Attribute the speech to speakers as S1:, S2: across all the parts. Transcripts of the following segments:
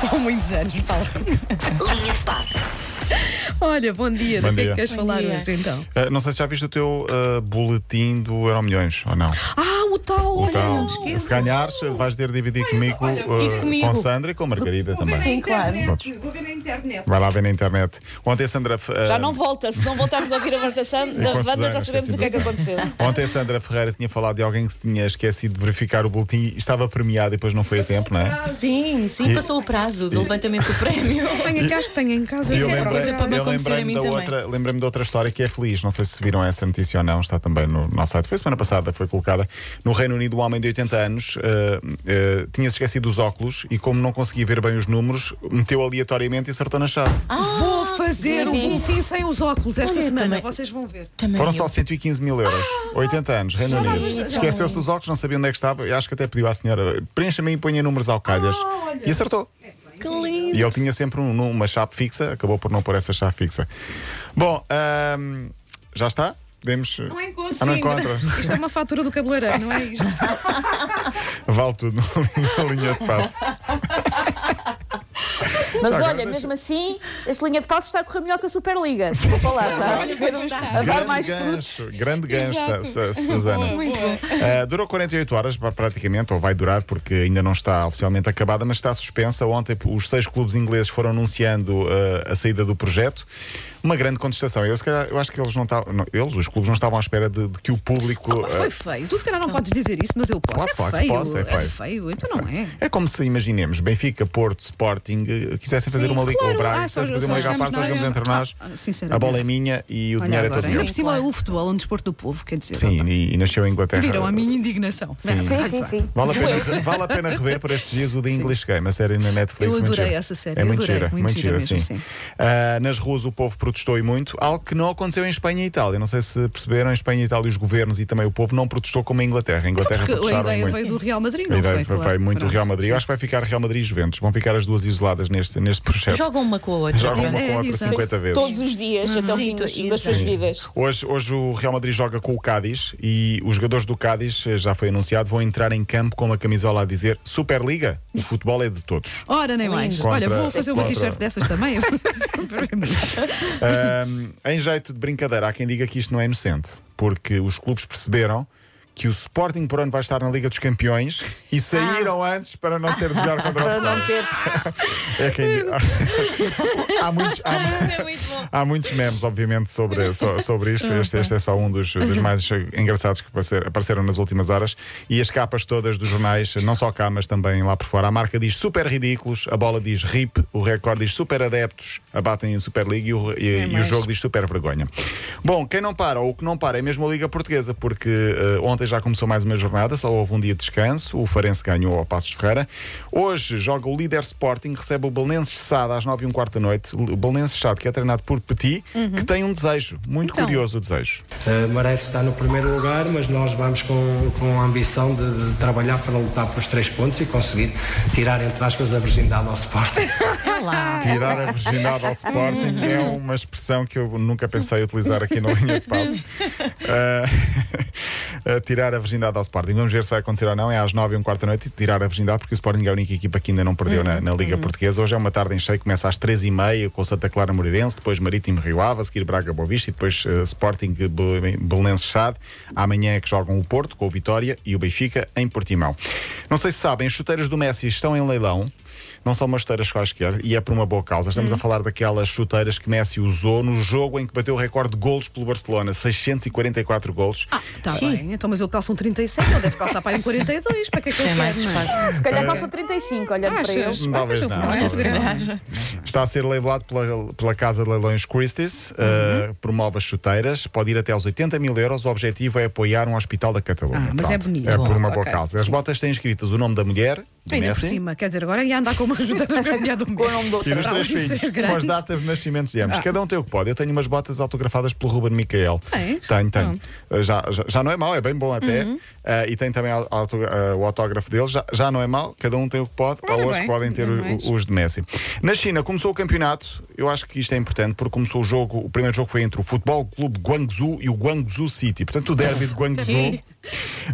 S1: São muitos anos, Paulo.
S2: Linha de passe.
S1: Olha, bom dia.
S3: Bom
S1: Do que é que
S3: dia.
S1: queres
S4: Bom
S1: falar
S4: dia.
S1: hoje, então?
S3: Uh, não sei se já viste o teu uh, boletim do Euro Milhões ou não.
S1: Ah, o tal, olha,
S3: Então,
S1: não te esqueças.
S3: se ganhares, vais ter de dividir comigo, uh,
S1: comigo.
S3: com Sandra e com Margarida também.
S4: Sim, claro.
S3: Podes.
S5: Vou ver na internet.
S3: Vai lá ver na internet. Ontem a Sandra. uh,
S6: Já não volta, se não voltarmos a ouvir a voz da, San, da
S3: É com
S6: banda, já
S3: Susana,
S6: sabemos o que é que
S3: esqueci Tá,
S6: aconteceu.
S3: eh, Ontem a Sandra Ferreira tinha falado de alguém que se tinha esquecido de verificar o boletim e estava premiado e depois não foi a tempo, não é?
S4: Sim, sim, passou o prazo do levantamento do prémio.
S1: Tenho aqui, acho que tenho em casa.
S3: E eu
S1: sim,
S4: coisa
S3: lembrei-
S4: para me
S3: eu
S4: acontecer a
S3: lembrei-me
S4: mim
S3: da,
S4: também.
S3: outra- lembrei-me de outra história que é feliz. Não sei se viram essa notícia ou não, está também no nosso site. Foi semana passada, foi colocada. No Reino Unido, um homem de 80 anos eh, eh, tinha-se esquecido dos óculos e, como não conseguia ver bem os números, meteu aleatoriamente e acertou na chave.
S1: Vou fazer o boletim sem os óculos esta
S4: Ah, Olha,
S1: semana,
S4: também-
S1: vocês vão ver.
S4: Também
S3: Foram
S4: eu.
S3: só 115 mil euros. 80 anos, Reino
S4: Ah, Já
S3: Unido.
S4: dava- já-
S3: Esqueceu-se dos óculos, não sabia onde é que estava. Eu acho que até pediu à senhora: preencha-me e ponha números ao calhas.
S4: Ah,
S3: e acertou.
S4: Que lindo.
S3: E ele tinha sempre um- uma chave fixa, acabou por não pôr essa chave fixa. Bom, ahm, já está? Demos.
S5: Não encontro.
S3: Ah, não
S1: Sim,
S3: encontra.
S1: Isto é uma fatura do cabeleireiro, não é isto?
S3: Vale tudo na linha de passo.
S6: Mas
S3: Agora
S6: olha,
S3: deixa-
S6: mesmo assim, este linha de passos está a correr melhor que a Superliga. Vou falar, está a ser um- a dar mais frutos.
S3: gancho, grande gancho, Su- Su- Susana. Ah, durou 48 horas, pra- praticamente, ou vai durar, porque ainda não está oficialmente acabada, mas está suspensa. Ontem os seis clubes ingleses foram anunciando ah, a saída do projeto. Uma grande contestação. Eu, se calhar, eu acho que eles não estavam. não, eles, os clubes, não estavam à espera de, de que o público. ah,
S1: Foi feio. Tu se calhar não podes dizer isso, mas eu posso.
S3: Posso,
S1: é
S3: claro que
S1: feio.
S3: posso, é
S1: É
S3: feio.
S1: feio, então não é.
S3: É como se, imaginemos, Benfica, Porto, Sporting eh, quisessem fazer
S1: Sim,
S3: uma liga
S1: claro.
S3: ao Braga,
S1: Ah, só-
S3: quisessem fazer
S1: só
S3: uma liga à
S1: jogamos
S3: parte, nós
S1: nós.
S3: jogamos entre nós,
S1: Ah, ah, sinceramente.
S3: a bola é minha e o dinheiro é todo
S1: agora, ainda
S3: meu.
S1: por cima o futebol é um desporto do povo, quer dizer.
S3: Sim, e, e nasceu em Inglaterra.
S1: Viram a minha indignação. Então,
S6: Sim, sim, sim.
S3: Vale a, pena, vale a pena rever por estes dias o The English Game, a série na Netflix.
S1: Eu
S3: muito
S1: adorei
S3: gira.
S1: essa série,
S3: É
S1: eu
S3: muito
S1: adorei,
S3: gira,
S1: muito
S3: muito
S1: gira
S3: gira,
S1: mesmo,
S3: sim.
S1: sim.
S3: Ah, nas ruas o povo protestou e muito, algo que não aconteceu em Espanha e Itália. Não sei se perceberam, em Espanha e Itália os governos e também o povo não protestou como a Inglaterra. A Inglaterra
S1: Então, Porque a
S3: protestaram
S1: ideia
S3: muito.
S1: veio do Real Madrid,
S3: A
S1: não
S3: ideia
S1: foi?
S3: foi,
S1: claro.
S3: foi muito
S1: Pronto.
S3: Real Madrid. Eu acho que vai ficar Real Madrid e Juventus. Vão ficar as duas isoladas neste, neste projeto.
S4: Jogam uma com a outra.
S3: Jogam uma
S1: É,
S3: com a outra
S1: exato.
S3: 50 vezes. é.
S6: Todos os dias, até o
S4: Sim,
S6: fim
S4: tu-
S6: dos- das suas
S4: exato.
S6: vidas.
S3: Hoje, hoje o Real Madrid joga com o Cádiz e os jogadores do Cádiz, eh, já foi anunciado, vão entrar em campo com uma camisola a dizer Superliga, o futebol é de todos.
S1: Ora, nem mais.
S3: Contra-
S1: Olha, vou fazer uma
S3: contra-
S1: t-shirt dessas também. Para mim.
S3: Ahm, em jeito de brincadeira, há quem diga que isto não é inocente, porque os clubes perceberam que o Sporting por ano vai estar na Liga dos Campeões e saíram
S1: Ah.
S3: antes para não ter de jogar contra o
S6: Para não
S3: Sporting.
S6: ter.
S3: É quem diga. há, muitos, há,
S6: É muito bom.
S3: Há muitos memes, obviamente, sobre, so- sobre isto. Este, este é só um dos, dos mais engraçados que aparecer- apareceram nas últimas horas. E as capas todas dos jornais, não só cá, mas também lá por fora. A marca diz super ridículos, a bola diz RIP, o recorde diz super adeptos, abatem em Super League e o, e- e o jogo diz super vergonha. Bom, quem não para ou o que não para é mesmo a Liga Portuguesa, porque eh, ontem já começou mais uma jornada, só houve um dia de descanso. O Farense ganhou ao Passos de Ferreira. Hoje joga o líder Sporting, recebe o Belenenses Sade às 9 e um quarto da noite. O Belenenses Sade, que é treinado por Petit, que tem um desejo, muito
S1: Então.
S3: curioso o desejo.
S7: Uh, merece estar no primeiro lugar, mas nós vamos com, com a ambição de, de trabalhar para lutar pelos três pontos e conseguir tirar, entre aspas, a virgindade ao Sporting.
S4: Ah.
S3: Tirar a virginidade ao Sporting é uma expressão que eu nunca pensei utilizar aqui na linha de passo. Ah, ah, tirar a virgindade ao Sporting. Vamos ver se vai acontecer ou não. É às 9 e um quarto da noite. Tirar a virgindade, porque o Sporting é a única equipa que ainda não perdeu na, na Liga Portuguesa. Hoje é uma tarde em cheio. Começa às 3 e meia com o Santa Clara Moreirense, depois Marítimo Rio Ave, a seguir Braga Bovista e depois ah, Sporting Be- Belenenses Sade. Amanhã é que jogam o Porto com o Vitória e o Benfica em Portimão. Não sei se sabem, as chuteiras do Messi estão em leilão. Não são umas chuteiras quaisquer e é por uma boa causa. Estamos a
S1: Hum.
S3: falar daquelas chuteiras que Messi usou no jogo em que bateu o recorde de golos pelo Barcelona, 644 golos.
S1: Está bem, então, mas eu calço um 37, ele deve calçar para aí um 42. Para que é que eu
S4: Tem
S1: quero,
S4: mais
S1: não é?
S4: espaço.
S6: Se
S3: Uhum.
S6: calhar passou 35, olhando para
S1: Achas?
S6: eles.
S1: Mas
S3: Talvez
S1: eu
S3: não,
S1: vou-
S3: talvez
S1: é,
S3: Está a ser leiloado pela, pela Casa de Leilões Christie's,
S1: Uhum.
S3: uh, promove as chuteiras, pode ir até aos 80 mil euros. O objetivo é apoiar um hospital da Catalunha.
S1: Ah, mas é bonito.
S3: É por uma
S1: Pronto,
S3: boa
S1: ok.
S3: causa. As botas têm escritas o nome da mulher, de
S1: Ainda por
S3: Messi,
S1: cima, quer dizer, agora ia andar com uma ajuda das minha do
S6: Com o nome do
S3: E dos
S6: outro.
S3: três
S1: Isso é
S3: filhos, com as
S1: grande. Ah.
S3: datas de nascimento de ambos. Cada um tem o que pode. Eu tenho umas botas autografadas pelo Ruben Micael.
S1: Tens?
S3: Tenho, tenho.
S1: Ah, é Pronto. Uhum.
S3: Uh, Já, já, já não é mau, é bem bom até. Uh, e tem também a- a auto- uh, o autógrafo dele. Já, já não é mau, cada um tem o que pode.
S1: Ora
S3: ou hoje
S1: bem,
S3: podem ter
S1: ainda
S3: o-
S1: mais.
S3: os de Messi. Na China, começou o campeonato. Eu acho que isto é importante, porque começou o jogo. O primeiro jogo foi entre o Futebol Clube Guangzhou e o Guangzhou City. Portanto, o derby de Guangzhou.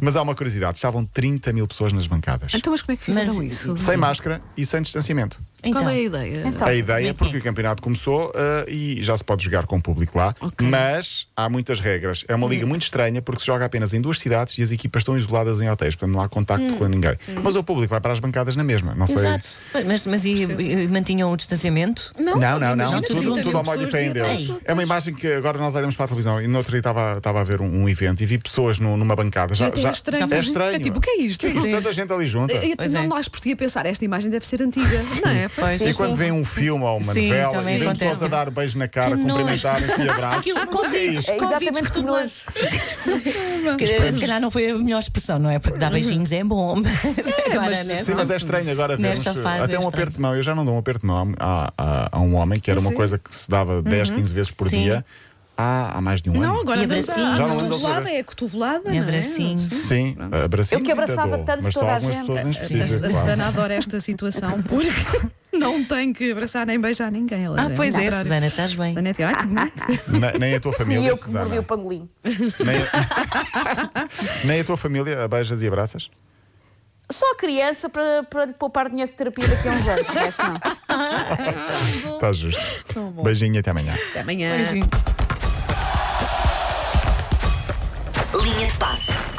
S3: Mas há uma curiosidade: estavam 30 mil pessoas nas bancadas.
S1: Então, mas como é que fizeram
S4: Mas-
S1: isso?
S3: Sem máscara e sem distanciamento.
S4: Então.
S1: Qual é a ideia?
S6: Então,
S3: A ideia é
S4: como é que
S3: porque
S4: é?
S3: o campeonato começou eh, e já se pode jogar com o público lá,
S4: Ok.
S3: mas há muitas regras. É uma liga muito estranha porque se joga apenas em duas cidades e as equipas estão isoladas em hotéis, portanto não há contacto
S1: Hum.
S3: com ninguém. Mas o público vai para as bancadas na mesma, não sei.
S4: Exato. Mas, mas e, e mantinham o distanciamento?
S1: Não,
S3: Não, não, não.
S1: imagina
S3: Tudo,
S1: 30
S3: tudo,
S1: mil
S3: ao molho e
S1: pessoas
S3: pé em
S1: de-
S3: Deus.
S1: Ei,
S3: É uma imagem que agora nós olhamos para a televisão e no outro dia estava, estava a ver um, um evento e vi pessoas no- numa bancada. Já,
S1: Eu até
S3: já-
S1: acho estranho.
S3: É estranho.
S1: É tipo, o que é isto? Sim.
S3: Tanta gente ali junta.
S1: Eu até
S4: Pois
S1: não
S4: é.
S1: mais por ti a pensar, esta imagem deve ser antiga, não é?
S4: Pois.
S3: E quando vem um filme ou uma
S4: Sim,
S3: novela
S4: também
S3: e vem pessoas
S4: acontece.
S3: a dar um beijo na cara,
S4: Que nojo.
S3: cumprimentarem-se e
S4: Ah,
S3: abraços.
S4: Aquilo,
S3: Mas o que é
S4: convites,
S3: isto?
S6: É
S4: convites
S6: exatamente
S4: por
S6: como
S4: nós. Se calhar não foi a melhor expressão, não é? Porque dar beijinhos é bom. mas agora,
S1: mas-
S4: né?
S3: Sim, mas é estranho agora vermos.
S4: Nesta fase é
S3: até um
S4: estranho.
S3: aperto de mão. Eu já não dou um aperto de mão a, a- a um homem, que era uma
S1: Sim.
S3: coisa que se dava 10, 15 vezes por
S4: Uhum. Sim.
S3: dia há, há mais de um ano.
S1: Não, agora
S4: E
S1: andamos
S4: abracinho.
S1: à-
S4: Já
S1: à
S4: não
S3: ando a
S1: cotovelada,
S3: saber.
S1: é a cotovelada,
S4: É
S1: não é?
S4: abracinho.
S3: Sim, abracinhos
S6: Eu que
S3: ainda
S6: abraçava
S3: dou,
S6: tanto
S3: mas só
S6: toda a
S3: algumas
S6: gente.
S3: pessoas em
S1: A
S3: específico.
S1: a
S3: claro.
S1: Susana adora esta situação porque não tem que abraçar nem beijar ninguém. Ela
S4: Ah, pois
S1: ao
S4: é,
S1: contrário.
S4: Susana, estás bem.
S1: Susana é de- ai, que bonito.
S3: Ne- Nem a tua
S6: E
S3: família,
S6: eu que mordi o
S3: Susana.
S6: pangolim.
S3: Nem nem a tua família beijas e abraças?
S6: Só a criança para, para lhe poupar dinheiro de terapia daqui a uns anos. de resto, não.
S3: Está Tá justo. Beijinho e até amanhã.
S1: Até amanhã.
S4: Beijinho.
S2: Linha de passe.